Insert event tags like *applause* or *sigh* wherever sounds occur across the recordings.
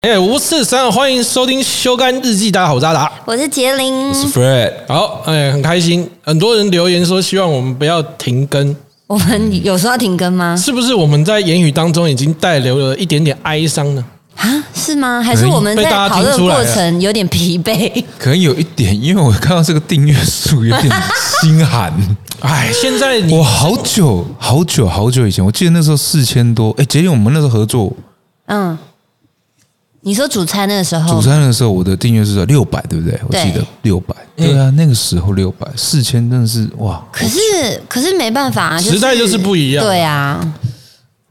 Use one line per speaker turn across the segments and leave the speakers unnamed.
哎、五四三，欢迎收听《修干日记》，大家好，我是阿达，
我是杰林
我，是 Fred。好，哎、很开心，很多人留言说希望我们不要停更，
我们有说要停更吗？
是不是我们在言语当中已经带留了一点点哀伤呢？
啊，是吗？还是我们
嗯被
在
大家
讨论
听出来
过
了
程有点疲惫？ *laughs*
可能有一点，因为我看到这个订阅数有点心
*laughs*
寒。
哎，现在你
我好久好久好久以前，我记得那时候四千多。哎，杰林，我们那时候合作
嗯，你说主餐那个时候
主，餐的时候，我的订阅是六百，对不对？我
对
记得六百。对啊，那个时候六百，四千真的是哇！
可是可是没办法啊，
时代就是不一样
对啊，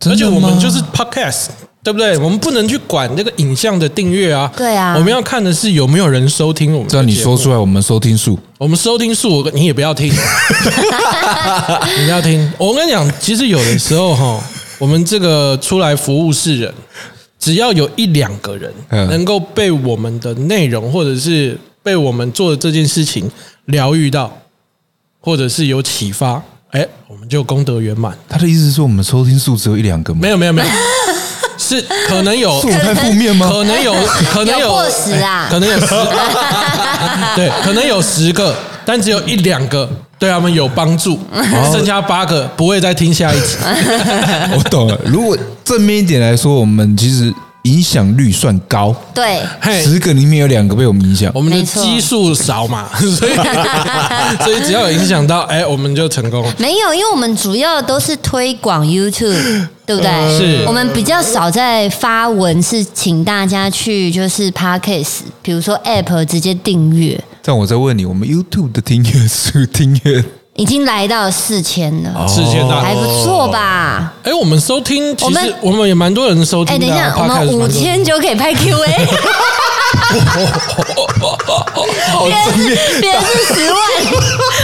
而且
真的
我们
吗
就是 Podcast，对不对？我们不能去管这个影像的订阅啊，
对啊
我们要看的是有没有人收听我们。
只要你说，出来，我们收听数
我们收听数，我你也不要听，你不要听。我跟你讲，其实有的时候哈，我们这个出来服务世人，只要有一两个人
嗯
能够被我们的内容，或者是被我们做的这件事情疗愈到，或者是有启发，哎，我们就功德圆满。
他的意思是说，我们收听数只有一两个吗？
没有，没有，没有，是可能有
是，我太负面吗？
可能
*laughs*
有，可能
有
有哎
过十啊
可能有十， *laughs* 对，可能有十个，但只有一两个对他们有帮助，
哦
剩下八个不会再听下一
*laughs*
集。
我懂了。如果正面一点来说，我们其实影响率算高，
对，
嘿，
十个里面有两个被我们影响
我。们的
没错
基数少嘛， *laughs* 所以所以只要有影响到，哎，我们就成功了。
没有，因为我们主要都是推广
*laughs*
YouTube，对不对？
呃是
我们比较少在发文，是请大家去就是 Podcast，比如说 App 直接订阅，
但我在问你，我们 YouTube 的订阅数、订阅
已经来到四千了，
世界大
还不错吧？
哎，我们收听，其
我
实
们
我们也蛮多人收
哎、
听的
等一下
啊，，
我
Podcast 蛮
们
多
五
人
千就可以拍 Q&A，
*laughs*
好正面，
别人是十万，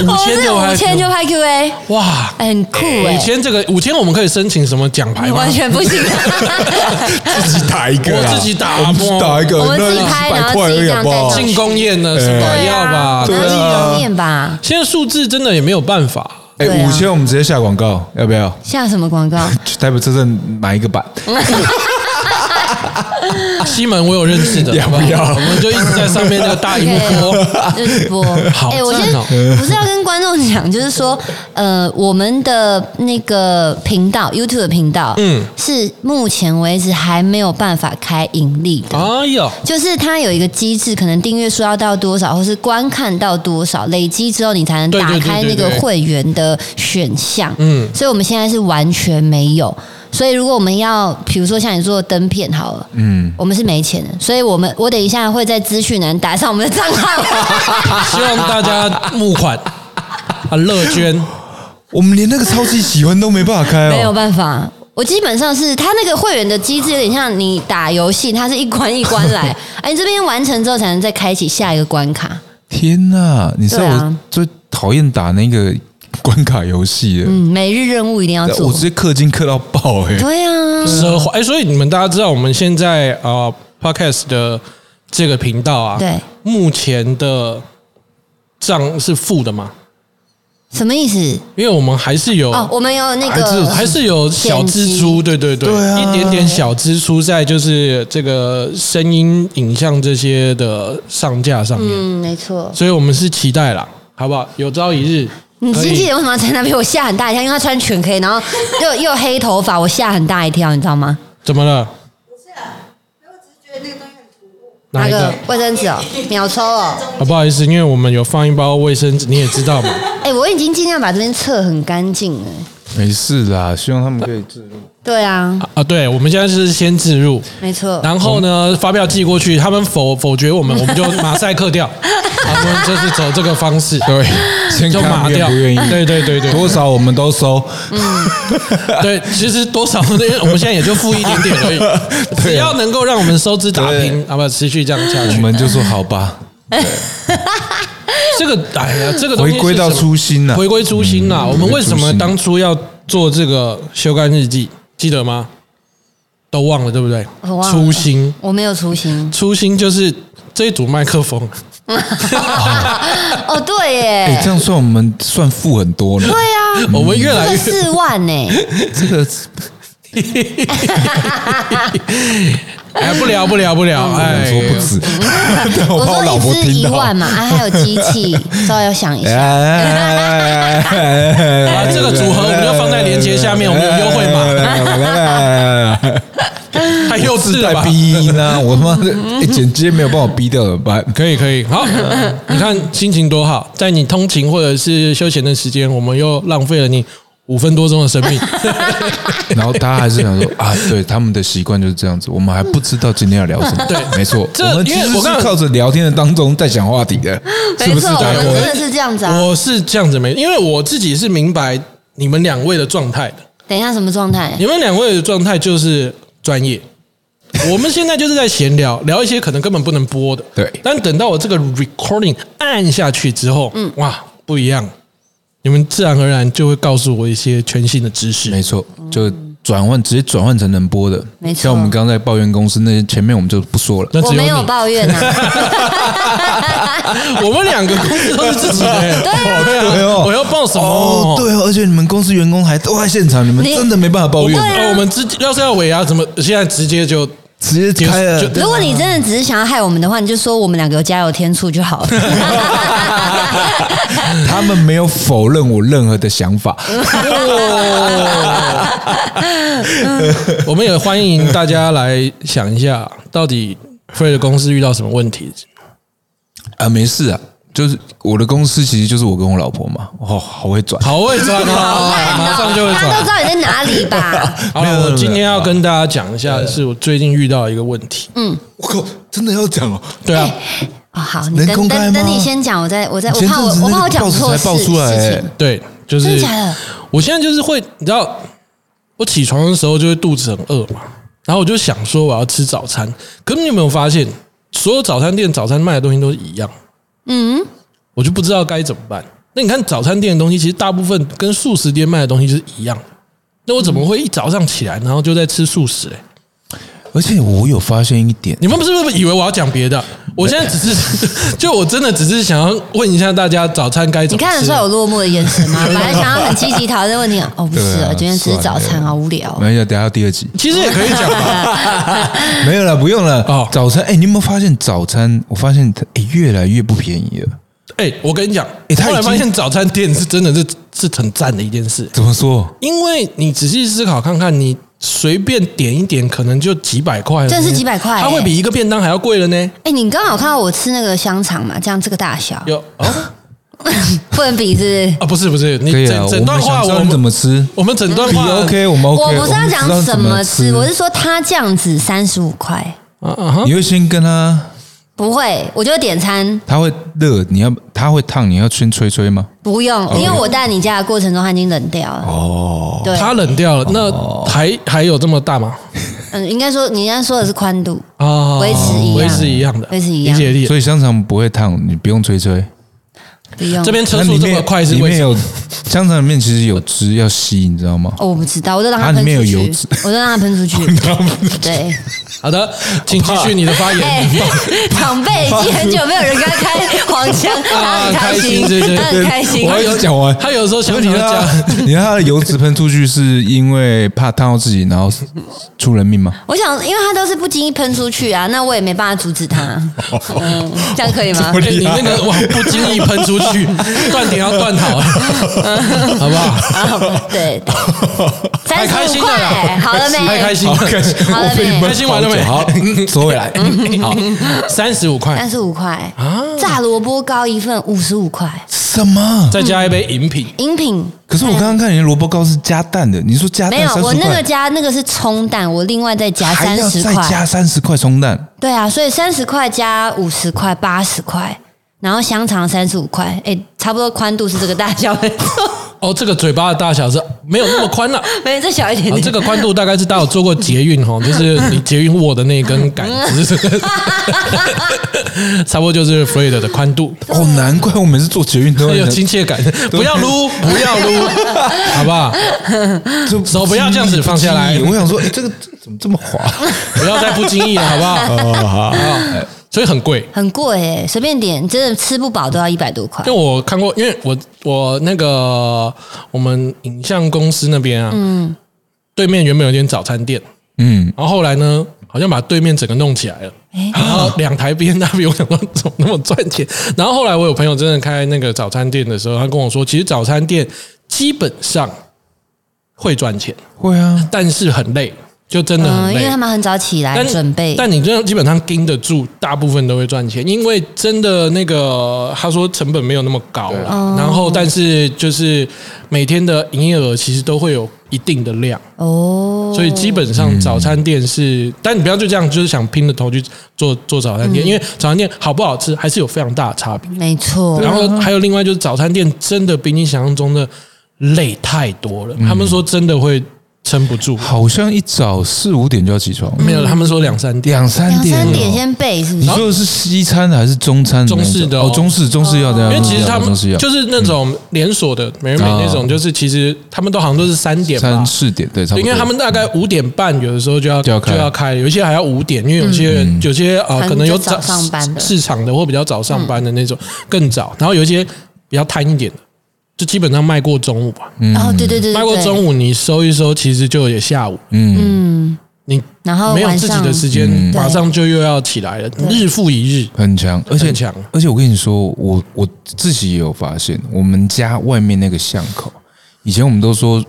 我们
5000就拍 Q&A
是五千就拍 Q&A，
哇，
哎很酷哎、
五千这个五千我们可以申请什么奖牌
你
吗？
完全
*laughs*
不行，
自己打一个啦，
我自己打
我们自己打一个，
我们自己
那
拍
100
然后
块
自己
而已
这样
好不好
再上
庆功宴呢？什么
哎对
要吧？
啊，
对啊
哪里有面吧？
现在数字真的也没有办法。
哎，
对啊
五千我们直接下广告，要不要？
下什么
*laughs*
广告？
去台北车站买一个版，
西门我有认识的，
要不要
好好我们就一直在上面那个大荧幕哎
*laughs*
播。
就是播。
好
哎、我
赞
先
哦
不是要跟观众讲，就是说，呃，我们的那个频道 YouTube 的频道，
嗯
嗯，是目前为止还没有办法开盈利的。
哎呦，
就是它有一个机制，可能订阅数要到多少，或是观看到多少，累积之后你才能
对对
打
对
开那
对
个
对
会员的选项。
嗯
嗯，所以我们现在是完全没有。所以如果我们要，比如说像你做灯片好了，嗯，我们是没钱的，所以我们我等一下会在资讯栏打上我们的账号。
希望大家募款啊，乐捐。
我们连那个超级喜欢都没办法
*laughs*
开
没有
哦。
办法。我基本上是它那个会员的机制有点像你打游戏，它是一关一关来， *laughs* 哎，你这边完成之后才能再开启下一个关卡。
天哪，你知道
对啊
我最讨厌打那个关卡游戏了，
嗯，每日任务一定要做
我。直接氪金氪到爆哎。
对啊，
奢华。哎，所以你们大家知道我们现在啊、呃、，podcast 的这个频道啊，
对，
目前的账是负的嘛？
什么意思？
因为我们还是有
哦，我们有那
还是有
个，
还是有小支出，对对对，
对啊
一点点小支出在就是这个声音、影像这些的上架上面，
嗯，没错。
所以我们是期待啦，好不好？有朝一日，
你
可以
经纪人为什么要在那边？我吓很大一跳，因为他穿全黑，然后又又黑头发，我吓很大一跳，你知道吗？
怎么了？哪
那
一个
个？卫生纸哦，秒抽哦。
啊，不好意思，因为我们有放一包卫生纸，你也知道嘛。
哎、我已经尽量把这边测很干净了。
没事啦，希望他们可以自入。
对啊，
啊，对，我们现在是先置入，
没错。
然后呢，发票寄过去，他们否否决我们，我们就马赛克
*laughs*
掉，啊我们就是走这个方式，
对，先
就
看
麻
我愿
掉，
不愿意，
对对对对，
多少我们都收。
嗯
*laughs*
对，其实多少，因为我们现在也就付一点点而
*laughs* 啊
已，只要能够让我们收支打平，好不好？持续这样下
我
去，
们就说好吧，
*laughs* 这个哎呀，这个东西
回
是
归到
什么
初心了。
回归初心啦。我们为什
回归初
么
心
当初要做这个修干日记？记得吗？都忘了对不对
我？忘了
初心，。
我没有粗心
*laughs* 初心就是这一组麦克风，
哦，对
哎，
耶
这，样算我们算富很多了。
对啊，
我们越来
这
越
四万呢，
这个
哎，不聊不聊不聊，
嗯
哎，
说不止，但我
我
怕我老婆
说一
听
次一
到。
万嘛，啊，还有机器，稍微要想一
哎
下。
哎哎
啊这个组合我们就放在链接下面我们有优惠码
码。
太幼稚
自
了
带
吧？
逼音啊！我他妈的哎剪接没有帮我逼掉怎么办？
可以可以，
*laughs*
好，你看心情多好，在你通勤或者是休闲的时间，我们又浪费了你五分多钟的生
*laughs*
命。
然后大家还是想说啊，对，他们的习惯就是这样子，我们还不知道今天要聊什么。
对
没错，
这
我们其
因为
实
我
是
刚刚
靠着聊天的当中在讲话题的，哎是
没
不是？
错，我
大
们
家
真的是这样子啊。
我是这样子没，因为我自己是明白你们两位的状态的，
等一下什么状态？
你们两位的状态就是专业。我们现在就是在闲聊， *laughs* 聊一些可能根本不能播的。
对
但等到我这个 recording 按下去之后，嗯，哇，不一样，你们自然而然就会告诉我一些全新的知识。
没错，就转换直接转换成能播的。
嗯没错
像我们刚才抱怨公司那些，前面我们就不说了。
那
我
只
没
有
有
你，
抱怨啊，
*laughs* 我们两个公司都是自己的。对啊
对哦
我要报什么？
哦，对哦，而且你们公司员工还都在现场，你们
你
真的没办法抱
我们，
怨，
对啊
呃我们直要是要尾牙，怎么现在直接就
直接开了
就就
如果你真的只是想要害我们的话，你就说我们两个有加油添醋就 *laughs* 好了。
他们没有否认我任何的想法，
我们也欢迎大家来想一下，到底 Free 的公司遇到什么问题？
啊，没事啊，就是我的公司其实就是我跟我老婆嘛，哦，好会转，
好会转
哦
啊，马上就会
大家都
转。
知道你在哪里吧？
好
没有没有
了，
没
我
有
今天要跟大家讲一下，是我最近遇到一个问题。
嗯
我靠，真的要讲哦，
对啊，
*laughs* 哦，好，你
能公
等
开
等等
吗
你先讲，我再我再我
前
怕
阵
我
子
我
那
怕
个
我讲
报纸
错
才
事
爆出来
事
欸
情，
对，就
真
是
的假的？
我现在就是会，你知道，我起床的时候就会肚子很饿嘛，然后我就想说我要吃早餐。可是你有没有发现，所有早餐店早餐卖的东西都一样？
嗯，
我就不知道该怎么办。那你看早餐店的东西，其实大部分跟素食店卖的东西就是一样。那我怎么会一早上起来，然后就在吃素食、嘞？
而且我有发现一点，
哦
你们不是不是以为我要讲别的？我现在只是， *laughs* 就我真的只是想要问一下大家，早餐该怎
你
么吃？
看得出来我落寞的眼神吗？本来想要很积极讨论问题，哦，不是
对啊
哦，今天吃
算了
早餐好无聊。
没啊有，等一下第二集
其实也可以讲吧。
*laughs*
*laughs* 没有了，不用了。
哦
早餐，哎、你有没有发现早餐？我发现它哎、越来越不便宜了。
哎、我跟你讲，
欸他已
后来
经
发现早餐店是真的是是很赞的一件事，
怎么说？
因为你仔细思考看看，你随便点一点，可能就几百块了呢，
真的是几百块欸
它会比一个便当还要贵了呢。
哎，你刚好看到我吃那个香肠嘛？这样这个大小
有哦
不能比是
啊，不是不是，你
可以啊，
整整
我
段
们
话
想知道
我
你怎
们
么吃，
我们整段
比
话
OK，我们
不
OK，
是？我不是要
们知道
讲什
怎么
吃，我是说它这样子三十五块，
啊啊哈
你会先跟他，
不会，我就点餐
他会热，你要他会烫，你要先吹吹吗？
不用，因为我带你家的过程中它已经冷掉了。
哦，
对，
它冷掉了，那还还有这么大吗？
嗯，应该说你应该说的是宽度，
啊，
维持一样
维持一样的，
维持一样
理解力。
所以香肠不会烫，你不用吹吹。
不用
这。边车
那
速
里
这么
面
快是
里
为
面
什么？
有香肠里面其实有汁要吸，你知道吗？
哦，我不知道，我就让它
它里
喷
面
出
有油
去
脂，
我就让它喷出去。对，
好的，请继续你的发
哎
*laughs* 言。，
长辈已经很久没有人跟他开黄腔，他
啊
很开心
开心是不，是
他很开心
我。还没讲完
他哦有时候想
你
想要
看
讲，
它， *laughs* 你看它的油脂喷出去是因为怕烫到自己，然后出人命吗？
我想，因为他都是不经意喷出去啊，那我也没办法阻止他。嗯，这样可以
*laughs*
吗？
哎，你那个往不经意喷出去， *laughs* 断点要断好，嗯好不好？
啊对，
太
三
开
十
心
五
了啦
块，好了没？
太开心了，
好了没？
开心完了没？
*laughs* 好，嗯收回来。
*laughs*
好，
三十五块
三，十五块炸萝卜糕一份五十五块，
什么？
再加一杯饮品。
饮品。
可是我刚刚看你的萝卜糕是加蛋的，你说
啊
加
没
蛋
有，
三
我
十
那个
块，
加那个是葱蛋，我另外再加
还
三
要
十
再
块。
加三十块葱蛋，
对啊，所以三十块加五十块，八十块，然后香肠三十五块，哎、差不多宽度是这个大小，没错， *laughs*
哦，这个嘴巴的大小是没有那么宽了、啊。
没再小一点点。
这个宽度大概是大家有做过捷运哈，就是你捷运握的那根杆子， *laughs* 差不多就是 Fred 的宽度，
哦，难怪我每次做捷运都
很
会
有亲切感。不要撸，不要
*laughs*
撸，好不好？
就
手不要这样子放下来
不经意我想说，哎，这个这怎么这么
*laughs*
滑？
不要再不经意了，好不好？
哦，好，
所以很贵。
*laughs* 很贵哎、随便点真的吃不饱都要一百多块
因为。我看过，因为我我那个我们影像公司那边啊，对面原本有一间早餐店，
嗯，
然后后来呢，好像把对面整个弄起来了。
哎
然后两台 B N W，我想说怎么那么赚钱？然后后来我有朋友真的开那个早餐店的时候，他跟我说，其实早餐店基本上会赚钱，
会啊，
但是很累，就真的
嗯，
很
因为
累
他。们很早起来
但
准备，
但你这样基本上盯得住，大部分都会赚钱，因为真的那个他说成本没有那么高
对
啦，然后但是就是每天的营业额其实都会有一定的量，
哦，
所以基本上早餐店是，但你不要就这样就是想拼了头去做做早餐
嗯
店，因为早餐店好不好吃还是有非常大的差别。
没错，
然后还有另外就是早餐店真的比你想象中的累太多了，他们说真的会撑不住，
好像一早四五点就要起床，
没有他们说两三点。
两三
两
点，
三点。先备是不哦
你
是？
说的是西餐的还是中餐那种？
中式的哦
哦，中式中式要的，
因为其实他们
中式要
就是那种连锁的美而美那种，
哦
就是其实他们都好像都是三点吧
三，四点对，差不
对
多。
因为他们大概五点半有的时候就要
就要开嗯
就要开，有一些还要五点，因为有些人有些呃
可能
可能有
就早上班的
市场的或比较早上班的那种更
嗯
早，然后有一些比较贪一点的，就基本上卖过中午吧，
嗯
哦，对对对对，
嗯卖过
对
中，午你收一收，其实就也下午，
嗯，
嗯，
你
然后
没有
哦晚
自己
上
的时间
嗯，
对
马上就又要起来了，日复一日，
很强，而且
很强
而且我跟你说，我我自己也有发现，我们家外面那个巷口，以前我们都说，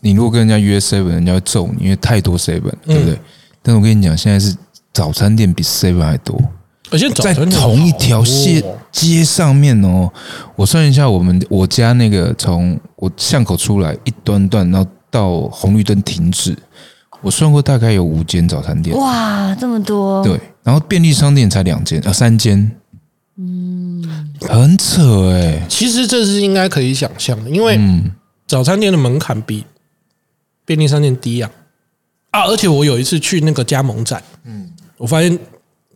你如果跟人家约 seven，人家会揍你，因为太多 seven，对
嗯
不对？但我跟你讲，现在是早餐店比 seven 还多，
而且早
在
餐店
同一条
好
街
多哦
街上面哦。我算一下，我们我家那个从我巷口出来一段段，然后到红绿灯停止，我算过大概有五间早餐店，
哇，这么多，
对，然后便利商店才两间，呃，三间，嗯，很扯哎、
其实这是应该可以想象的，因为
嗯
早餐店的门槛比便利商店低啊。啊，而且我有一次去那个加盟展，嗯，我发现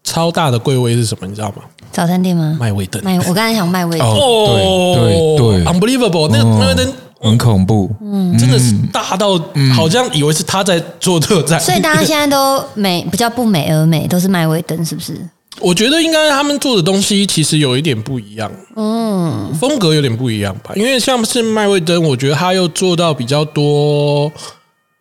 超大的柜位是什么，你知道吗？
早餐店吗？
麦味登。
卖，我刚才想卖味道，
哦对对对
，unbelievable！那个嗯
哦
麦味登
很恐怖，嗯，
真的是大到好像以为是他在做特战，
所以大家现在都美比较不美而美，都是卖味灯，是不是？
我觉得应该他们做的东西其实有一点不一样，嗯，风格有点不一样吧。因为像是麦味登，我觉得他又做到比较多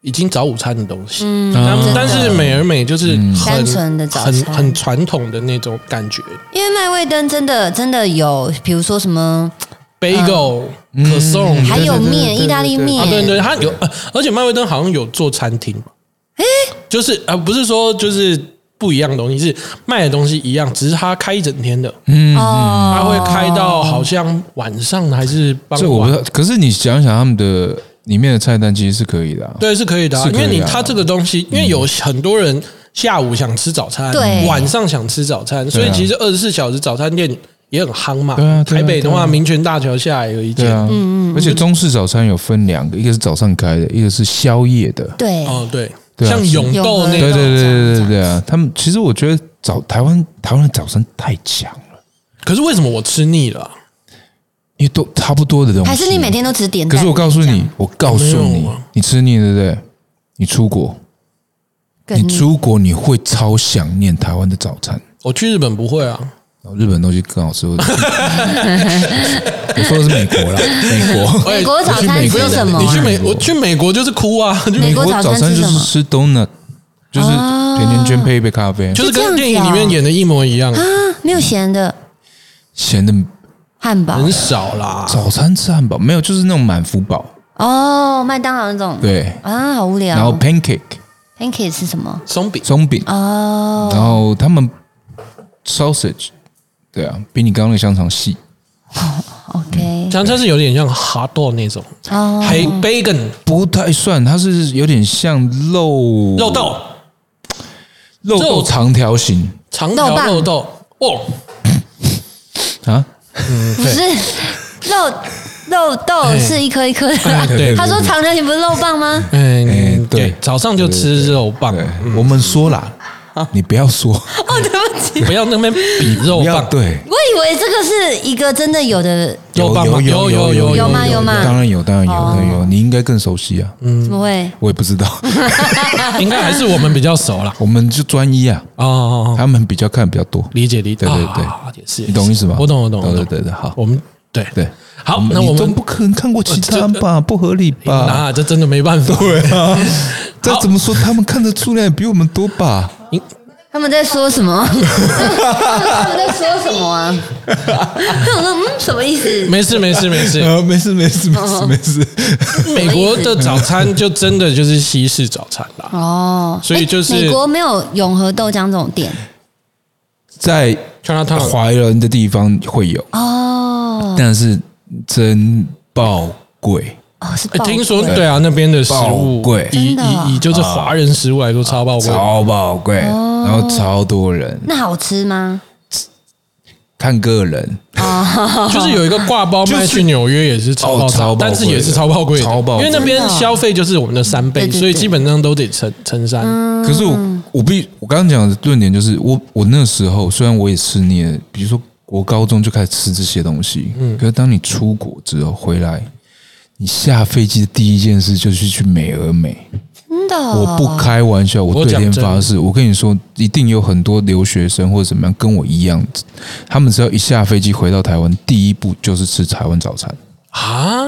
已经早午餐的东西，嗯，
真的
但是美而美就是很
单纯的早餐
很很传统的那种感觉
因为卖味灯真的真的有，比如说什么，
，bagel、可颂，
嗯还有
嗯对对对
面，
对对
意大利
对
面，
啊，对对，他有，呃而且麦味登好像有做餐厅吧，诶，就是啊、呃不是说就是不一样的东西，是卖的东西一样，只是他开一整天的，
嗯
哦，
他会开到好像晚上还是傍
这我
晚
不知。道。可是你想想，他们的里面的菜单其实是可以的、啊，
对，是可以的啊、
是
因
可以
为你
的啊
它这个东西，因为有很多人下午想吃早餐，
对
晚上想吃早餐，所以其实二十四小时早餐店也很夯嘛。
啊对啊对啊
台北的
对
话，
啊
民权大桥下来有一
对
间，
啊，嗯嗯。而且中式早餐有分两个，一个是早上开的，一个是宵夜的。
对，
哦，对，
对啊
像永
永
豆
和
那
对对
种，
对对对对啊！他们其实我觉得早台湾台湾的早餐太强了，
可是为什么我吃腻了啊、
因为都差不多的东西。
还是你每天都只点
可
蛋？
是我告诉你，我告诉
没
你
有啊，
你吃腻对不对？你出国，
更
你出国你会超想念台湾的早餐。
我去日本不会啊，
然后日本的东西更好吃，我 *laughs* 我说的是美国啦，美国。
美国早
我
餐
哎去美
吃
国
什么啊？
你去美，我去美国就是哭啊， *laughs* 就
美
美
国
国
早
早
餐
餐
吃
就
什么
是吃 donut，就是甜甜圈配一杯咖啡，
就是
这样
跟
子
电影里面
啊
演的一模一样，
啊，没有咸的
咸的
汉堡
嗯
很少啦。
早餐吃汉堡没有，就是那种满福堡，
哦，麦当劳那种
对，
啊，好无聊。
然后 pancake
pancake 是什么？
松饼
松饼，
哦，
然后他们 sausage，对啊，比你刚刚那个香肠细，嗯
OK，
像它是有点像哈豆那种，
哦，
黑 bacon
不太算，它是有点像肉
肉豆。
肉
肉
豆长条形
长
肉
条
棒
肉豆哦，
啊，
不是肉肉豆
哎
是一颗一颗
对
的
对。
他说长条形不是肉棒吗？
嗯
哎，
对
对，
早上就吃肉棒
对，，我们说啦，
啊
你不要说，
哦，对不
*laughs*
起，
不要那边比肉
不要
棒，
对。
我以为这个是一个真的有的，
肉棒吗？有有有
有吗有吗哦
当然有，当然有，当然有。你应该更熟悉啊，
嗯
怎么会？
我也不
*laughs*
知道，
应该还是我们比较熟
*laughs*
啦。
我们就专一啊，
哦哦，哦
他们比较看比较多，
理解理解，
对对对
啊也是，
你懂意思吗？
我懂我懂，
对
我
对
懂。
对对，好，
我们对
对，
好，那我
你
们
总不可能看过其他
呃这
吧？不合理吧？
啊，这真的没办
*laughs*
法。对啊，
再怎么说，他们看的数量也比我们多吧？
他们在说什么？他们在说什么啊？那我说嗯，什么意思？
没事没事没事。
啊，没事没事没事
哦
没事，
*laughs*
美国的早餐就真的就是西式早餐啦。
哦，
所以
诶
就是
美国没有永和豆浆这种店
在
Chinatown
华人的地方会有，
哦，
但是真爆贵，
哦是
哎
爆
听说
贵
对啊，那边的食物
爆贵
以
真的啊
以以就是华人食物来说超爆贵。
超爆贵，
哦
然后超多人，
那好吃吗？
看个人，
*laughs* 就是有一个挂包卖去纽约也是超爆
哦超
炸
爆，贵的
但是也是超爆贵的，
超爆
因
贵
为那边
真的哦
消费就是我们的三倍，
对对
所以基本上都得乘乘三。
可是
嗯
我我必我刚刚讲的论点就是，我我那时候虽然我也吃腻了，比如说我高中就开始吃这些东西，可是当你出国之后回来，你下飞机的第一件事就是去美而美。
真的哦，
我不开玩笑，我对天发
讲
誓，我跟你说，一定有很多留学生或者怎么样跟我一样，他们只要一下飞机回到台湾，第一步就是吃台湾早餐，
啊，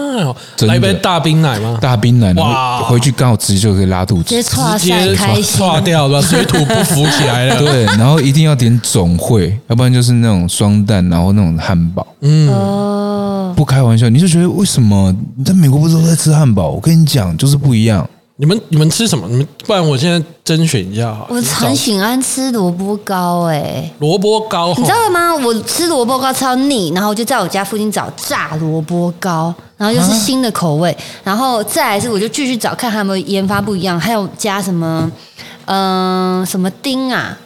真的
来一杯大冰奶吗？
大冰奶，然
哇
后回去刚好直接就可以拉肚
直接
子。
跨
直接
晒开心，
化掉了，水土不服起来了。
*laughs* 对，然后一定要点总会，要不然就是那种双蛋，然后那种汉堡。
嗯
哦，
不开玩笑，你就觉得为什么你在美国不是都在吃汉堡？我跟你讲，就是不一样。
你们你们吃什么？你们不然我现在甄选一下好了。
我
找
很喜欢吃萝卜糕哎、
萝卜糕
你
吼
知，道吗？我吃萝卜糕超腻，然后我就在我家附近找炸萝卜糕，然后又是新的口味，然后再来是我就继续找看他们研发不一样，还有加什么，嗯、什么丁啊，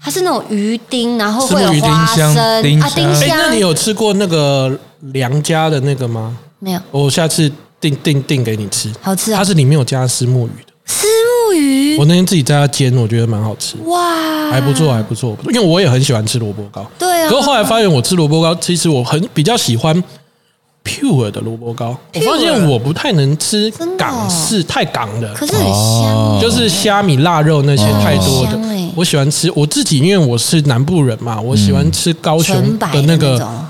它是那种鱼丁，然后会有
是不是鱼
花
丁香
生啊，
丁香
丁
哎、
香
那你有吃过那个梁家的那个吗？
没有？
我下次订订订给你吃，
好吃啊
它是里面有加丝木鱼的。
丝木鱼
我，那天自己在家煎，我觉得蛮好吃，
哇，
还不错，还不错。因为我也很喜欢吃萝卜糕，
嗯对啊
可是后来发现我吃萝卜糕，其实我很比较喜欢 pure 的萝卜糕。我
Pure？
发现我不太能吃
真的哦
港式太港的，
可是很香，
就是虾米、腊肉那些太多
很香
的
欸。
我喜欢吃我自己，因为我是南部人嘛，我喜欢吃高雄
纯白
的那
那
个，
种。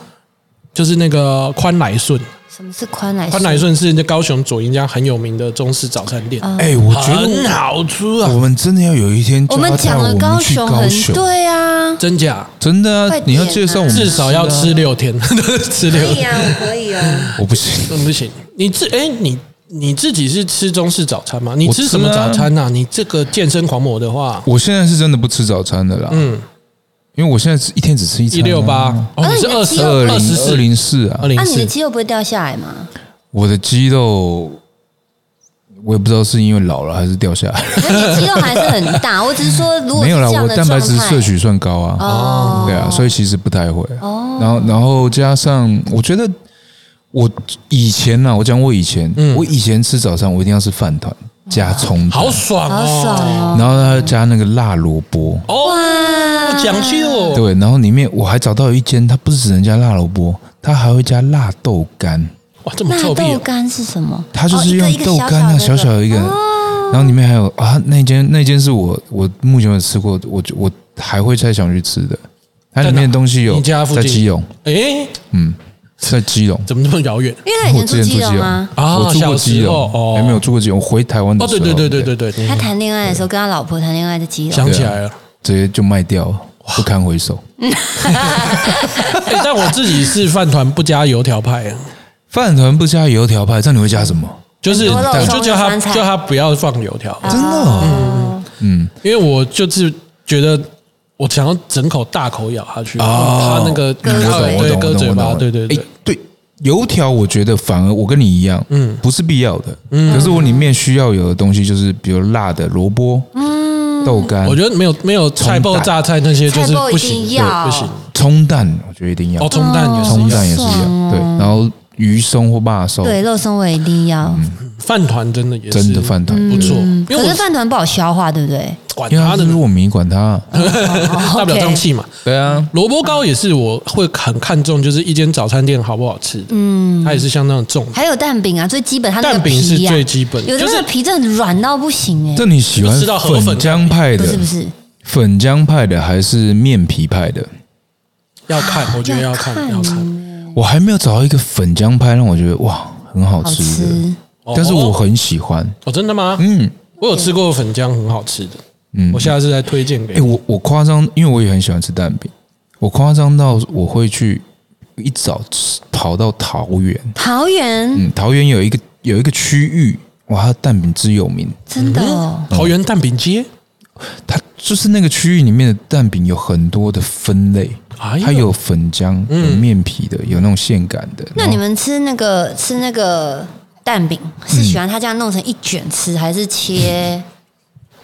就是那个宽来顺。
什么是宽奶？
宽来顺是那高雄左营家很有名的中式早餐
嗯
店，
哎、我觉
嗯很
得
好吃
我
啊！
我们真的要有一天
我
叫
们
他带
讲
我
了
们
高
去
雄
高
很
雄，
对啊，
真假？
真的
快
啊！
点
你要介绍我们，
至少要吃，六天， *laughs* 吃六天
呀，我可以
*laughs*
哦。
我不行。
嗯不行。你自哎、你你自己是吃中式早餐吗？你
我
吃
吃
什么
啊
早餐呐、啊？你这个健身狂魔的话，
我现在是真的不吃早餐的啦，
嗯，
因为我现在只一天只吃一餐、啊
一六八，哦，你是
啊你的
二
肌
十
肉
二
二、
二十
零
四
二、零四
二
啊。
零
那你的
四，
肌肉不会掉下来吗？
我的肌肉，我也不知道是因为老了还是掉下来，
那你的肌肉还是很
*laughs*
大。我只是说，如果
没
是
有啦，
这样
我
的
蛋白质
状态
摄取算高啊。
哦，
对啊，所以其实不太会。
哦
然后，然后加上，我觉得我以前啊呢、我讲我以前，我以前吃早餐，我一定要吃饭团
嗯
加葱
嗯好
蛋，
爽
好爽
哦！
哦。
然后还要加那个辣萝卜。
哦，讲究，
对，然后里面我还找到一间，它不是只能加辣萝卜，它还会加辣豆干，
哇，这么
那
臭屁
豆
哦！
干是什么？
它就是
哦
用
一个一个
豆干啊，小
小
小
的哦
的一个，然后里面还有啊，那间那间是我我目前有吃过，我我还会再想去吃的。它里面的东西有
你家附
在
近
基隆，
哎，
嗯，在基隆。
怎么这么遥远？
因为他以
我
前住
之前住
基
基
隆
隆
啊，
啊
我住过基
小时候哦
隆，还没有住过基隆。我回台湾的
哦，
时
对
候，
对对对对，对，
他
你
谈恋爱的时候跟他老婆谈恋爱在基
*laughs*
隆，
想起来了。
直接就卖掉了，不堪回首。
哎但我自己是饭团不加油条派，啊
饭团不加油条派，这样你会加什么？
就是
很多肉
我就叫他
松的酸菜
叫他不要放油条，
啊
真的
嗯
哦，
因为我就是觉得我想要整口大口咬下去，
哦
他那个
嗯
对
我懂，我懂，
割
我
嘴
懂，我
巴，
懂。
对对对
哎，对，油条我觉得反而我跟你一样，嗯，不是必要的。
嗯
可是我里面需要有的东西就是，比如辣的萝卜，嗯，豆干，
我觉得没有没有菜爆榨菜那些就是
菜包
不
一定
行，
要
对不行。
葱蛋，我觉得一定要
哦，，葱蛋也是
葱
一
蛋
样，
也是一
好爽
样，
哦
对。然后鱼松或霸寿，
对，肉松我一定要。
饭团真的也是
真的饭团
不错，
嗯，
嗯因为
可
我
是饭团不好消化，对不对？
管
因为它
他的嗯
是糯米，管它。
*laughs* 大不了
哦 OK
胀气嘛。
对啊，
萝卜糕也是我会很看重，就是一间早餐店好不好吃的，嗯，它也是相当重的。
还有蛋饼啊，最基本它那个
蛋饼是
皮啊
最基本的
有的
就是
那个皮真的软到不行哎，
这你喜欢
就吃到河粉
粉浆派
不
的
是不是？
粉浆派的还是面皮派的？
啊
要看，我觉得要看，要看。
我还没有找到一个粉浆派让我觉得哇很好
好
吃的，
吃。
但是我很喜欢。
哦，真的吗？
嗯，
我有吃过粉浆，很好吃的。
嗯
我下次再推荐给
哎、
你。
我我夸张，因为我也很喜欢吃蛋饼，我夸张到我会去一早吃跑到桃园，
桃园
嗯，桃园有一个有一个区域，哇，它蛋饼之有名，
真的哦，
桃园蛋饼街，
它就是那个区域里面的蛋饼有很多的分类，
哎呦嗯
它有粉浆、有面皮的，有那种现擀的。
那
哦
然后
你们吃那个吃那个蛋饼，
嗯
是喜欢它这样弄成一卷吃，还是
*laughs*
切？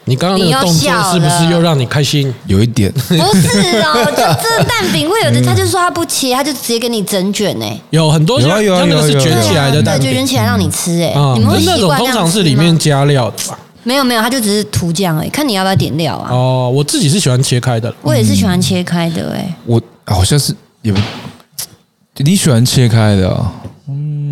你刚刚那
你
个
要
动作
笑
是不是
了
又让你开心？
有一
*laughs*
点，
不是哦，就这蛋饼会有
嗯
的，他就说他不切，他就直接给你整卷哎。
有很多
有啊
像
有啊
像那个是
有啊有啊
卷起来的
对啊，
蛋
对，就
饼
卷起来让你吃哎、
啊，
你们会
那
习
种
惯这
通
样
常
吃
是
吗
里面加料的吧？
没有没有，它就只是涂酱哎，看你要不要点料啊。
哦，我自己是喜欢切开的啦。
我也是喜欢切开的哎、
我好像是也不，你喜欢切开的、啊？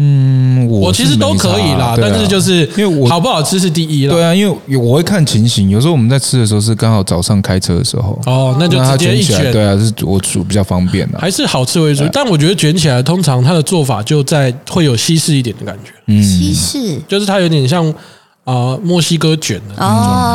嗯，我
我其实都可以啦，
是没差啊对啊
但是就是
因为我
好不好吃是第一啦。
对啊，因为有我会看情形，有时候我们在吃的时候是刚好早上开车的时候，
哦，那就
它
直接
卷
一哎
起来，
卷，
对啊，是我煮比较方便啊。
还是好吃为主。但我觉得卷起来，通常它的做法就在会有西式一点的感觉，
嗯
西式
就是它有点像啊、呃墨西哥卷的。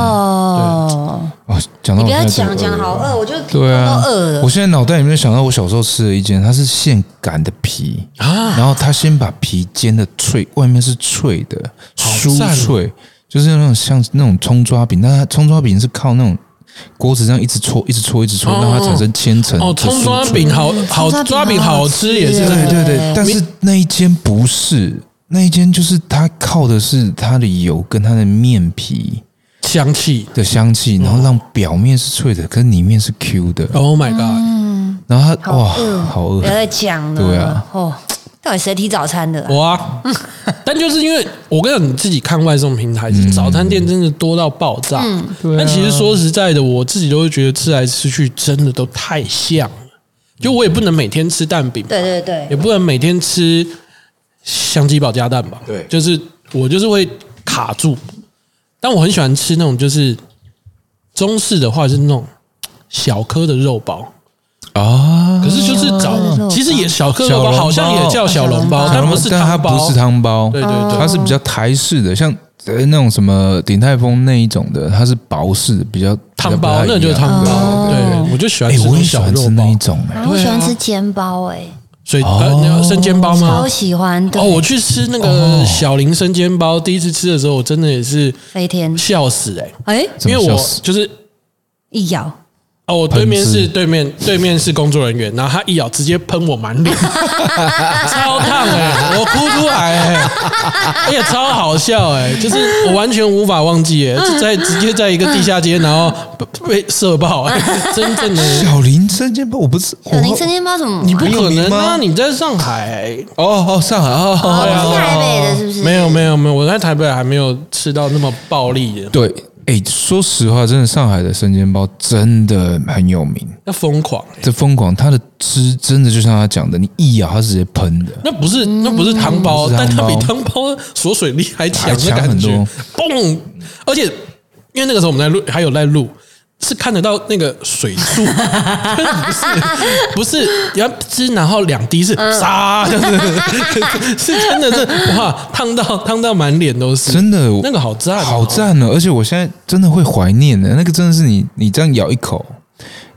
哦，
哦，讲到
你
我
不要
现在
讲
肚子
讲
了
好饿，我就
对啊，
都饿了
我。现在脑袋里面想到我小时候吃的一间，它是现擀的皮
啊
然后他先把皮煎的脆，外面是脆的，
好
酥
赞哦
脆，就是那种像那种葱抓饼，但它葱抓饼是靠那种锅子这样一直搓，一直搓，一直搓，
哦
让它产生千层
哦，
的酥
葱抓
脆
饼好
葱
好
抓饼
抓饼好吃也是
好吃
在
哎对对对
对，
但是那一间不是，那一间就是它靠的是它的油跟它的面皮
香气。
的香
嗯
气，然后让表面是脆的，可是里面是 Q 的，
Oh my god！
然后它
好
哇
饿，
好饿
哦嗯不要，再讲了。
对啊，
哦，到底谁提早餐的啊、
我啊，但就是因为我跟你讲，你自己看外送平台，早餐店真的多到爆炸。
嗯
嗯
对啊
但其实说实在的，我自己都会觉得吃来吃去真的都太像了。就我也不能每天吃蛋饼，
对对对
也，不能每天吃香鸡堡加蛋吧。
对
就是我就是会卡住，但我很喜欢吃那种就是中式的话，就是那种小颗的肉包。
呃
啊
可是就是早
哦肉，包
其实也小颗肉包
小笼包
好像也叫小笼包，
小
但
笼
不
包
是
但它
汤
不
包
是。汤包，
对对对，
它是比较台式的，像呃那种什么鼎泰丰那一种的，它是薄式的，比较
汤包那就是汤。包。
哦
对，我就喜欢
哎、
吃
我
那种
也喜
小
欢吃
肉
那
包
一，种、哎，
然后我
对啊
喜欢吃煎包、哎、
所以
哦
呃，你要生煎包吗
超？喜欢。对
哦，我去吃那
哦
个小林生煎包，第一次吃的时候，我真的也是
飞天，
笑死哎，
哎、
怎
因
么
为
笑
我
死
就是
一咬，
哦，我对面
喷
是
汁
对面对面是工作人员，然后他一咬直接喷我满
*laughs*
脸，超烫哎、我哭出来哎、而且超好笑哎、就是我完全无法忘记哎、就在直接在一个地下街，然后被被射爆、哎真正的
小林生煎包，我不是
小林生煎包什么？
你不可能
很有名
啊！
吗
你在上海、
包哦哦，上海哦，
哦，
对啊
你是台北的，是不是？
没有没有没有，我在台北还没有吃到那么暴力的，
对，哎、说实话，真的上海的生煎包真的很有名，
那疯狂、哎
这疯狂，它的汁真的就像他讲的，你一咬它是直接喷的，
那不是
嗯
那不是汤包，
不是
但
汤
它
包
比汤包锁水力还强
还
的
强
感
很
觉
多，
嘣！而且因为那个时候我们在录，还有在录，是看得到那个水柱， *laughs* 不是不是，你要吃，然后两滴是
嗯
沙，这样子 *laughs* 是真的是哇，烫到烫到满脸都是，
真的
那个好赞哦，
好赞哦！而且我现在真的会怀念的，那个真的是你，你这样咬一口，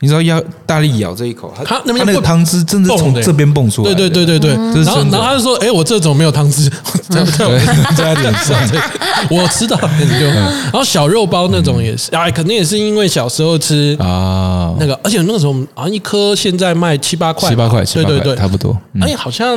你知道要大力咬这一口，它
它那边
它那个
会
汤汁真的
蹦
从
的
这边蹦出来
对
的，
对对对对，
这是
然后然
真的
后他就说：“哎、我这种没有汤汁，这样这样
*laughs*
*laughs*
对，嗯在它脸上，
我知道很丢。然后小肉包那种也是，哎，肯定也是因为小时候吃
啊，
那个，而且那个时候我们啊好像一颗现在卖七八块吧，
七八块，七
对
八
对
块，
对，哎
差不多。嗯
而且好像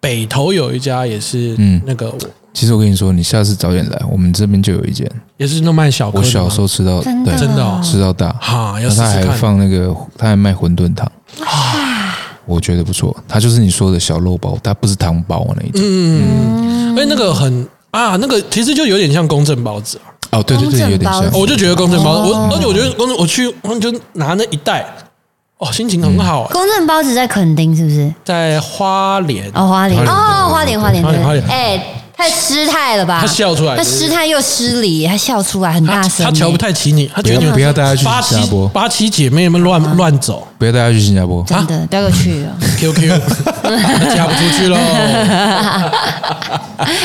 北投有一家也是，嗯
嗯，
那个
其实我跟你说，你下次早点来，我们这边就有一间，
也是那卖小颗的
我
吗，
小时候吃到，
真的
对，
真的哦
吃到大，
哈要
然后
试
他
试
还
看
放那个，他还卖馄饨汤，我觉得不错，它就是你说的小肉包，它不是汤包啊那一种。
嗯哎，那个很啊，那个其实就有点像公正包子啊，
哦，对对对，有点
公正
像
包。
我就觉得公正包，我而且我觉得公正，我去我就拿那一袋，哦，心情很
嗯
好，
公正包子在垦丁是不是？
在花莲
哦，花莲
花莲
哦，花莲花莲
花莲花莲
对。哎、太失态了吧？
他笑出来
他失态又失礼，他笑出来很
他
大声耶，
他瞧不太起你，他
不
觉得
要
你们
不要带他去
八
新加
七
坡，
八七姐妹们乱
啊
乱走
不要带他去新加坡。
哎真
啊
的不要给我去
*laughs*
了。 *laughs*
，QQ 嫁不出去喽。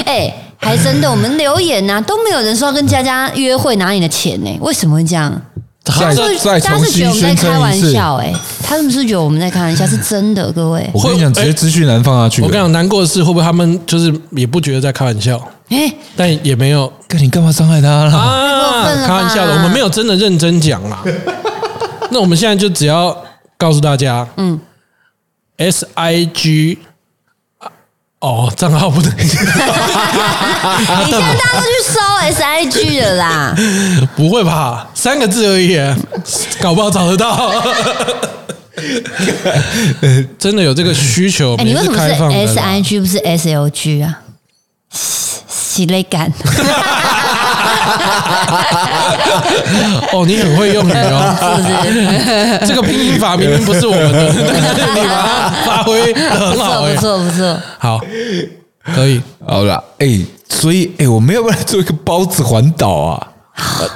哎，还真的，我们留言呐、都没有人说要跟佳佳约会拿你的钱呢、为什么会这样？
再
他这
再
大家
重
是觉得
新
我们在
宣
开
称
玩
一次，
笑哎、他们是不是觉得我们在开玩笑，是真的，各位。
我跟你讲，
会
直接资讯栏放下去了。
哎我跟你讲，难过的是会不会他们就是也不觉得在开玩笑，
哎、
但也没有
干你干嘛伤害他啦？
过分了吧
啊，开玩笑的，我们没有真的认真讲
*laughs*
啦。那我们现在就只要告诉大家，嗯，S I G，哦，账号不能讲，
你现在大家都去搜 S I G 了啦，
不会吧？三个字而已，搞不好找得
*laughs*
到。真的有这个需求，
哎、你为什
我
么
们
是
也是开放的
S
啦
I G 不是 S L G 啊？洗洗泪感，
哦，你很会用语哦。
*laughs* 是不是？
这个拼音法明明不是我们
*laughs*
的，但是你把它发挥的很
啊不
好
错，
哎、
不错，不错。
好，可以。
*laughs* 好啦，哎、所以哎、我们要不要来做一个包子环岛啊？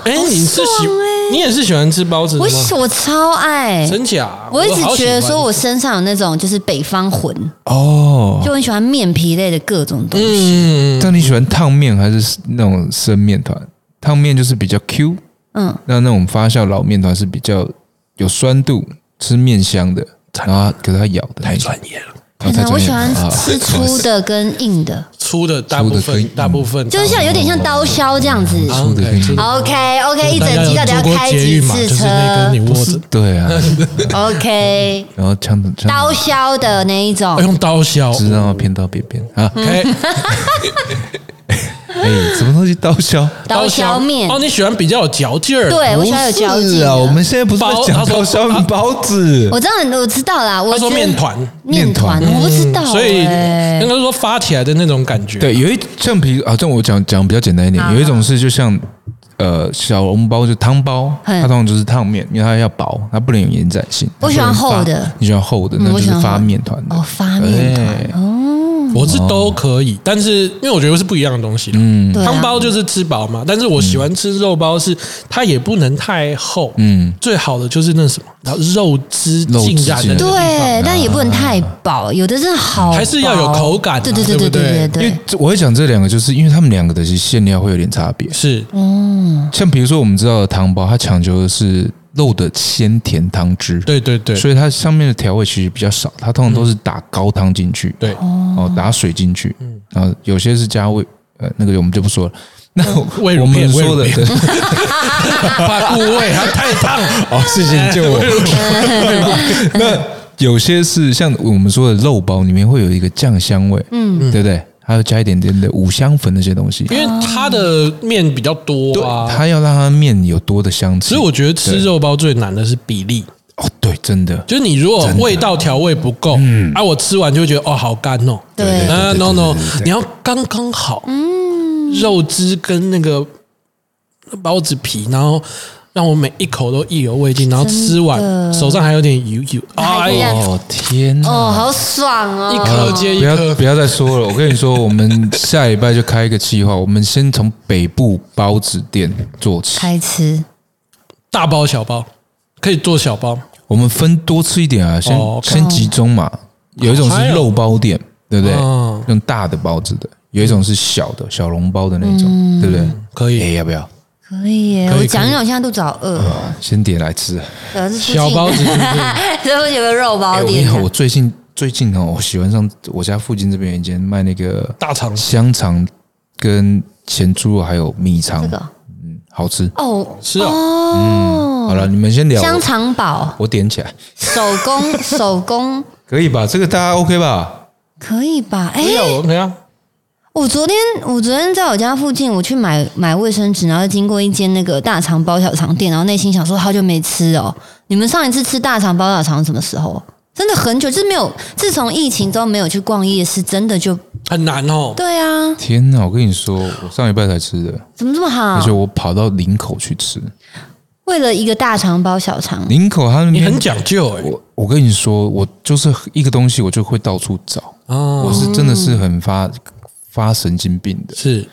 哎、你是喜、你也是喜欢吃包子的
欸我
吗？
喜我超爱，
真假？
我一直
好喜
觉得说
欢
我身上有那种就是北方魂，
哦，
就很喜欢面皮类的各种东西。
嗯，
但你喜欢烫面还是那种生面团？烫面就是比较 Q，
嗯，
那那种发酵老面团是比较有酸度，吃面香的，然后它可是它咬的那种
业了。
哦太
天哪我
专业
喜
了
欢
啊
吃粗的跟硬的，
粗的大部
粗的可以嗯
分，大部分
就是像有点像刀削这样子。
啊
粗的跟
OK，
OK OK，一整集
大
到底要
家有坐过
开
捷
几
运嘛
次
就是那
车
根你
不
握
是
着，
对啊，
？OK，
然后枪的枪
刀削的那一种
要。哦用刀削。
知道偏到边边啊，
OK，
嗯
*laughs*
哎、什么东西刀削？
刀削面
哦，你喜欢比较有嚼劲儿？
对我喜欢有嚼
不
劲
是啊，
的
我们现在不是在
包
讲
他说
刀削面包子，
我知道，我知道啦。我
他说
觉得
面团嗯
面团，
面
我不知道欸。
所以应该说发起来的那种感觉。，
对，有一像比啊，这我讲讲比较简单一点，有一种是就像呃小笼包就汤包，
嗯
它通常就是烫面，因为它要薄，它不能有延展性。
我喜欢
它不能发
厚的
你喜欢厚的，
嗯
那
我
就
喜
是
欢
发
厚
面团的
哦，发面
哎
团，
我是都可以，但是因为我觉得是不一样的东西。嗯，
对啊
汤包就是吃饱嘛，但是我喜欢吃肉包是，它也不能太厚，嗯，最好的就是那什么，然后肉汁
肉汁
浸染的那个地方，
对，但也不能太饱，有的真的好薄，
啊还是要有口感啊
对对
对不
对对
对
因为
对，
这我会讲这两个，就是因为他们两个的其实馅料会有点差别。
是嗯
像比如说我们知道的汤包，它强求的是肉的鲜甜汤汁，
对对对，
所以它上面的调味其实比较少，它通常都是打高汤进去，
对
哦，打水进去，
嗯
然后有些是加味，呃，那个我们就不说了。那
*laughs* 味
我
乳
我们
片
说的
味乳片怕固味，它太烫了。
*laughs* 哦，谢谢你救
*laughs*
我。 *laughs* 那有些是像我们说的肉包，里面会有一个酱香味，嗯，对不对？还有加一点点的五香粉那些东西，
因为它的面比较多
对，
啊，
它要让它面有多的香气。
所以我觉得吃
对
肉包最难的是比例，
哦，对，真的，
就是你如果味道调味不够，啊，我吃完就会觉得哦好干哦，
对
啊
嗯对对
，no no，
对对对
你要刚刚好，
嗯
肉汁跟那个包子皮，然后让我每一口都意犹未尽，然后吃完
真的
手上还有点油油，
还
哎
是
呀，
哦天哪！
哦，好爽哦，
一颗接一
不要
颗
不，要再说了，我跟你说，我们下礼拜就开一个计
*laughs*
划，我们先从北部包子店做起，
开吃，
大包小包可以做小包，
我们分多吃一点啊，先、
哦，OK
先集中嘛。有一种是肉包店，对不对？
嗯
用大的包子的，有一种是小的小笼包的那种，
嗯
对不对？
可以
哎、要不要
可以耶！
可以
我讲一讲，我现在肚子好饿哦。
先点来吃？
对啊，这附近
小包子是不是
*laughs* 这附近有个肉包
哎、我跟你
店
讲，我最近最近哦，我喜欢上我家附近这边有一间卖那个
大肠
香肠跟咸猪肉还有米肠，
这个
嗯，好吃。
哦
吃啊
好
哦，
了，你们先聊，
香肠堡
我点起来，
手 *laughs* 工手工
可以吧？这个大家 OK 吧？
可以吧？哎
不，要我怎样？
我昨天我昨天在我家附近，我去买买卫生纸，然后经过一间那个大肠包小肠店，然后内心想说好久没吃哦。你们上一次吃大肠包小肠什么时候？真的很久，就是没有，自从疫情之后没有去逛夜市，真的就
很难哦。
嗯
对啊，
天哪！我跟你说，我上礼拜才吃的，
怎么这么
而
好
且？我跑到林口去吃。
为了一个大肠包小肠，
林口他们
你很讲究哎、
我我跟你说，我就是一个东西，我就会到处找。
啊，
我是真的是很发发神经病的。
是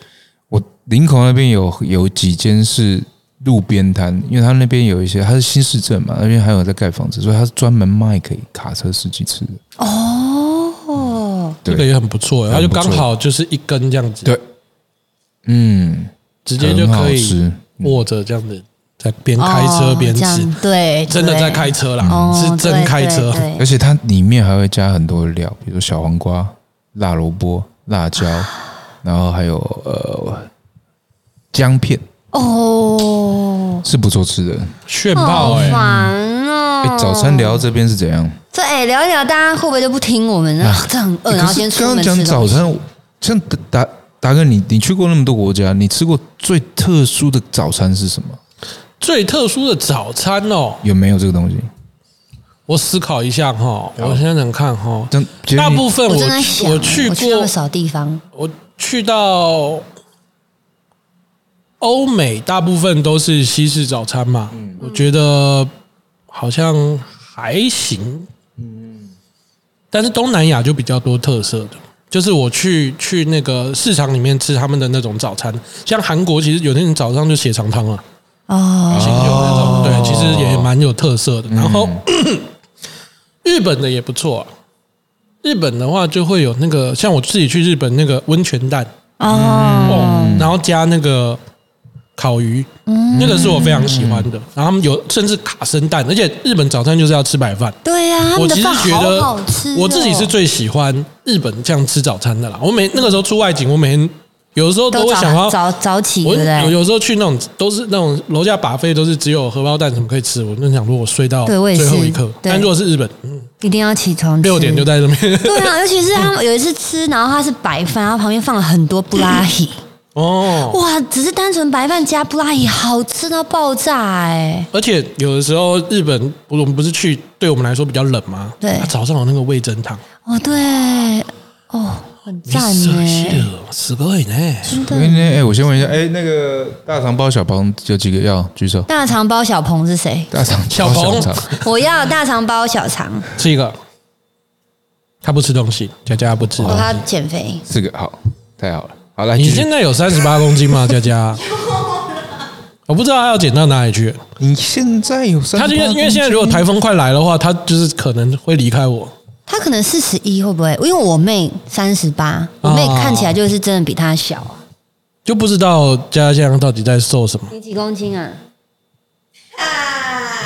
我林口那边有有几间是路边摊，因为他那边有一些，他是新市镇嘛，那边还有在盖房子，所以他是专门卖给卡车司机吃的。
哦，
这个也很不错，欸它就刚好就是一根这样子，
对，嗯，
直接就可
很好
以
吃
握着这样子，在边开车边
哦这
吃
样，对，
真的
对
在开车啦，
哦
是真开车，
对对
而
对
且它里面还会加很多的料，比如说小黄瓜、辣萝卜、辣椒，然后还有呃姜片，
哦，
是不错吃的。
炫
好
爆哎！
烦
哎、
哦！
早餐聊到这边是怎样？
这哎聊一聊，大家会不会就不听我们呢？啊这很饿，
哎
然
可
后
是
先出
刚
门
刚
吃
讲早
东西。
餐，像达达达哥，你你去过那么多国家，你吃过最特殊的早餐是什么？
最特殊的早餐哦，
有没有这个东西？
我思考一下哈，我现在想看哈
真，觉得
大
你
部分
我
我
正在
去
想，
我
我
去
去那
过
么，少地方，
我去到欧美，大部分都是西式早餐嘛，我觉得好像还行，嗯，但是东南亚就比较多特色的。就是我去去那个市场里面吃他们的那种早餐，像韩国其实有些人早上就血肠汤了、
哦，
清酒那种，对，其实也蛮有特色的。然后 *coughs* 日本的也不错、啊，日本的话就会有那个，像我自己去日本那个温泉蛋哦，
嗯
然后加那个烤鱼，那个是我非常喜欢的。然后他们有甚至卡生蛋，而且日本早餐就是要吃白饭。
对呀、他
我
们的
其实
饭
觉得
好好吃、哦。
我自己是最喜欢日本这样吃早餐的啦。我每那个时候出外景，我每天有的时候都
都
会
早
想要
早早起，对
我
不
有
对？
有时候去那种都是那种楼下把费都是只有荷包蛋什么可以吃，我就想说我睡到
对我也是
最后一刻。
对
但如果是日本，嗯
一定要起床吃
六点就。在这
*laughs*
边
对啊，尤其是他们有一次吃，然后它是白饭，然后旁边放了很多布拉提，
哦。
哇，只是单纯白饭加布拉提，好吃到爆炸哎、
而且有的时候日本，我们不是去对我们来说比较冷吗？
对
它早上有那个味噌汤，
哦，对，哦，很赞哎、
すごいね。
真
哎、
的。
哎、我先问一下，哎、那个大肠包小肠有几个要举手？
大肠包小鹏是谁？
大肠包
小鹏
肠
我要大肠包小肠，
吃一个，他不吃东西，佳佳不吃东
我
西。
要减肥。
这个好，太好了，好来，
你
继续
现在有三十八公斤吗，佳佳？我不知道他要减到哪里去。
你现在有三
他
十
就
八
因为因为现在如果台风快来的话，他就是可能会离开我。
他可能四十一会不会？因为我妹三十八，我妹看起来就是真的比他小啊。
就不知道佳佳现在到底在瘦什么。
你几公斤啊？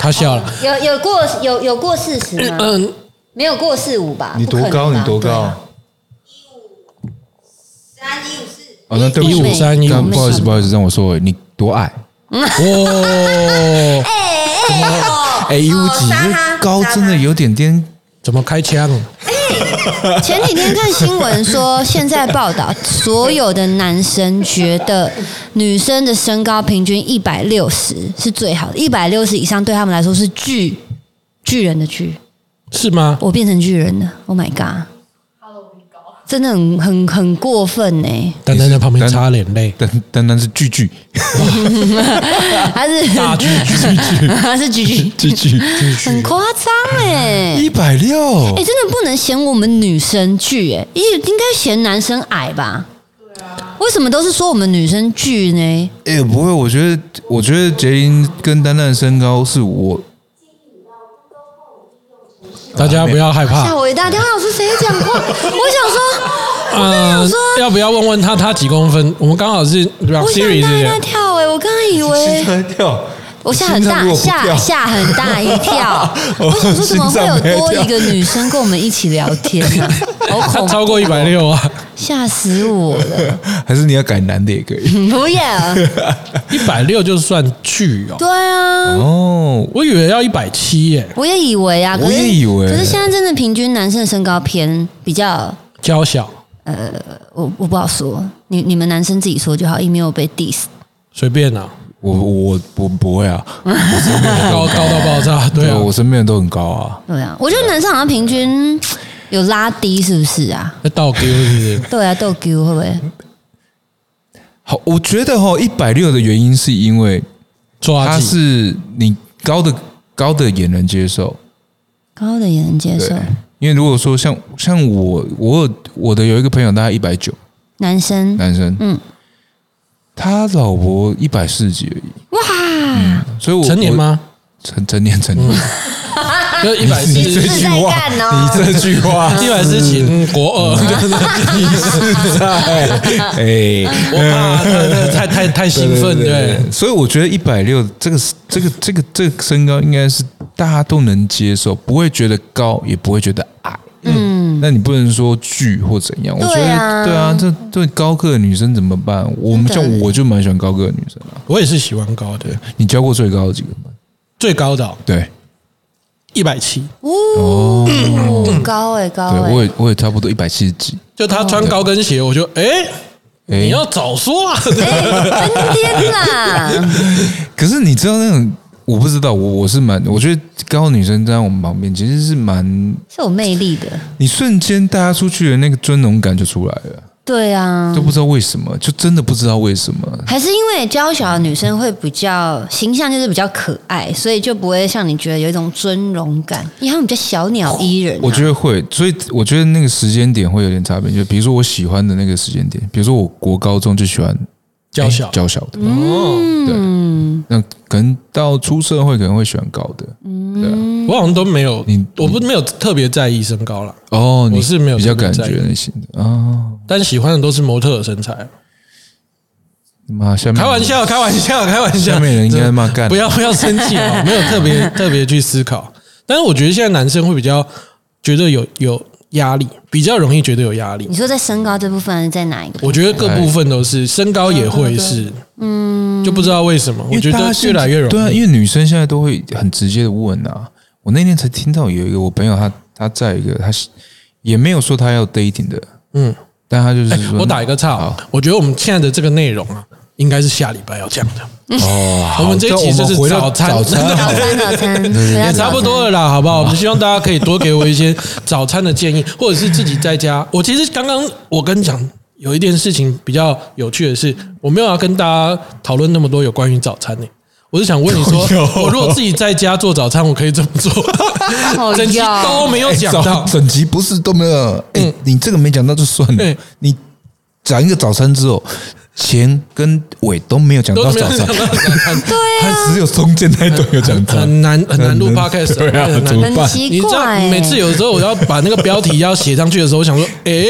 他笑了，
有有过有有过四十吗？
嗯，
没有过四五吧？
你多
不可
高？
能吧
你多
对
高
啊？？
哦，那对不
一
起
五，
三一
刚
五
不好意思，不好意思，让我说，你多矮？
哇，
哎，一五几，
杀他
啊
那高真的有点点。
怎么开枪？
前几天看新闻说，现在报道所有的男生觉得女生的身高平均一百六十是最好的，一百六十以上对他们来说是巨巨人的巨。
是吗？
我变成巨人了！Oh my god！真的很很很过分呢、欸
丹丹在旁边擦眼泪，
单单单是句句
*laughs* 他是
大巨巨
他是巨巨，
句句，
很夸张哎！
一百六
哎、，真的不能嫌我们女生巨哎、也应该嫌男生矮吧？为什么都是说我们女生巨呢？
哎，不会，我觉得，我觉得杰林跟丹丹的身高是我，
大家不要害
吓
怕。啊
我一大跳！我想说谁讲
*laughs*
话？我想说，
呃，要不要问问他他几公分？我们刚好是对吧
我想
？Siri 是
大一大
谁啊
跳哎、我刚刚以为
在跳，
我吓很大，吓吓很
*laughs*
大一跳。我想说怎么会有多一个女生跟我们一起聊天呢、
*laughs*
好
他
恐怖，
超过一百六啊，
吓死我了！
*laughs*
嗯
还是你要改男的也可以。
不要，
*laughs* 一百六就算巨哦。
对啊。
哦，
我以为要一百七耶，
我也以为啊，可是
我也以为
可是现在真的平均男生的身高偏比较，
娇小，
我我不好说，你你们男生自己说就好，以免我被 diss。
随便啊，
我我我不会啊，
哎
高高到爆炸，对啊。
哎我身边人都很高啊。
对啊，我觉得男生好像平均有拉低，是不是啊？
那倒 Q 是不是？
对啊，逗 Q 会不会？
好，我觉得哈，一百六的原因是因为
抓
它
紧，
是你高的高的也能接受，
高的也能接受
对，因为如果说像像我，我有我的有一个朋友，大概一百九，
男生
男生，
嗯，
他老婆一百四十几而已，嗯
哇，
所以我
成年？吗？嗯
我成成年成年，
就一百四
你这
十，
是
句
在
话，
干哦
*laughs* 你这
*laughs*
句话，
一百四十几，嗯国二，就是
你是在哎。
我怕他太太
*laughs*
太兴奋，对，
所以我觉得一百六这个是这个这个这个身高应该是大家都能接受，不会觉得高，也不会觉得矮。嗯，那你不能说巨或怎样。我觉
对啊
得对啊，这对高个的女生怎么办？我们像我就蛮喜欢高个的女生啊。
我也是喜欢高的，
你教过最高的几个吗？
最高的
对，
一百七，
哦，高哎、高
对
哎、
我也我也差不多一百七十几。
就他穿高跟
哦
鞋，我就哎，你要早说啊！ *laughs*
哎，天哪！
可是你知道那种，我不知道，我我是蛮，我觉得高的女生站在我们旁边，其实是蛮，
是有魅力的，
你瞬间带她出去的那个尊荣感就出来了。
对啊
都，不知道为什么，就真的不知道为什么。
还是因为娇小的女生会比较形象，就是比较可爱，所以就不会像你觉得有一种尊荣感，因为她们比较小鸟依人、啊。
我觉得会，所以我觉得那个时间点会有点差别。就比如说我喜欢的那个时间点，比如说我国高中就喜欢
娇小
诶娇小的，
哦，
嗯，
那可能到出社会可能会喜欢高的。啊
我好像都没有
你，
我不没有特别在意身高啦，
哦，你
我是没有
比较感
特别
觉
在意
类型的啊。
但喜欢的都是模特的身材。啊
妈，下面
开玩，笑，开玩笑，开玩笑。
嗯下面人应该骂干
不要不要生气
*laughs*
哦，没有特别特别去思考。但是我觉得现在男生会比较觉得有有压力，比较容易觉得有压力
你。说在身高这部分在哪一个？
我觉得各部分都是，身高也会是，嗯，就不知道为什么，我
因为
觉
大
得
家现
越
在
来越容
对啊，
易。
因为女生现在都会很直接的问啊。我那天才听到有一个我朋友他，他在一个他也没有说他要 dating 的，
嗯，
但他就是说、
我打一个岔哦
好，
我觉得我们现在的这个内容啊，应该是下礼拜要讲的。
哦，
*laughs* 我们这一集就是
我们回到
*laughs* 早餐
早餐
早餐，早餐，
啊
对
也差不多了啦，好不好？我们希望大家可以多给我一些早餐的建议，或者是自己在家。我其实刚刚我跟你讲有一件事情比较有趣的是，我没有要跟大家讨论那么多有关于早餐呢、我是想问你
*laughs*
说，我如果自己在家做早餐，我可以怎么做？
哦
整集
要
都没有讲
哎
到
早，整集不是都没有？哎、
嗯
你这个没讲到就算了
对。
你讲一个早餐之后，前跟尾都没有讲
都
到
没有
早
讲
餐
到，早餐，
*laughs* 它只有中间那一段有讲到。
很难很难录
很
podcast，
对啊
很难
怎么
很
办
奇
你知道
怪、欸，
每次有时候我要把那个标题要写上去的时候，我想说，诶，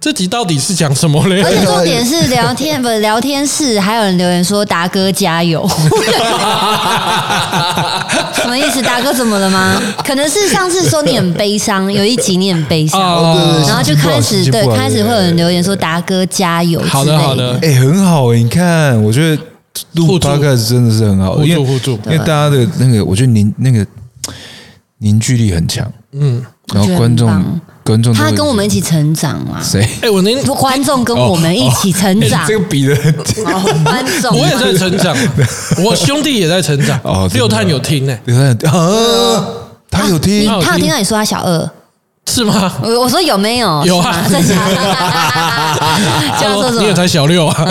这集到底是讲什么嘞？*laughs*
而且重点是聊天，不是聊天室，还有人留言说达哥
*laughs*
加油，什么意思？达哥怎么了吗？可能是上次说你很悲伤，有一集你很悲伤，
哦对对
然后就开始对开始会有人留言说达哥加油之类，
好的好的，
哎、很好、你看，我觉得
互
录
助
podcast 真的是很好，
互助
因为
互助
因为大家的那个，我觉得凝那个凝聚力很强，
嗯，
然后观
我
众
觉得很棒
观众都
他
会
跟我们一起成长啊，
谁？
哎，我那天
观众跟我们一起成长，
这个比的
哦观众
哎我也在成长，我兄弟也在成长。
哦真
六
的
探有听呢、
啊，他有听，
啊
他有听到你说他小二，
是吗？
我我说有没有？
有啊 *laughs*
是吗在想，就要说什
你也
么？嗯
才小六啊， *laughs*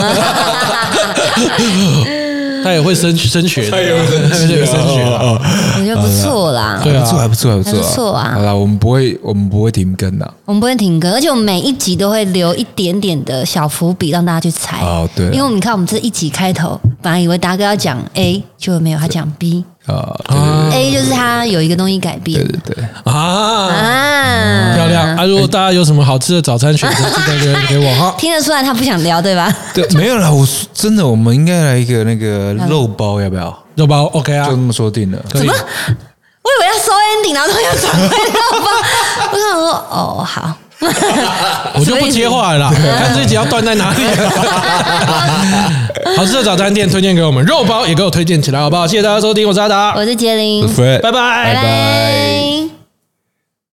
他也会升升学的，他也会升学，升
哦
学啊。
*laughs* 我觉得不错啦，
对啊
还不错，还不
还
错，还
不错啊
好啦，我们不会，我们不会停更的。
我们不会停更，而且我们每一集都会留一点点的小伏笔让大家去猜。
哦对啊
因为你看我们这一集开头，本来以为达哥要讲 A，结果没有，他讲 B。
啊，
啊
A 就是他有一个东西改变
对对对对，
啊，
啊，
漂亮啊！如果大家有什么好吃的早餐选择，记得留言给我哈。
听得出来他不想聊对吧？
对，没有啦，我真的，我们应该来一个那个肉包，要不要？
肉包 OK 啊
就这，么说定了。
可以。
我以为要收 ending，然后他要转回到吧。我想说，哦，好，
我就不
*laughs*
接话了啦， *laughs* 看这集要断在哪 *laughs* 里。好吃的早餐店推荐给我们，肉包也给我推荐起来好不好？谢谢大家收听，我是阿达，
我是杰林，
Fred，
拜拜
拜拜
拜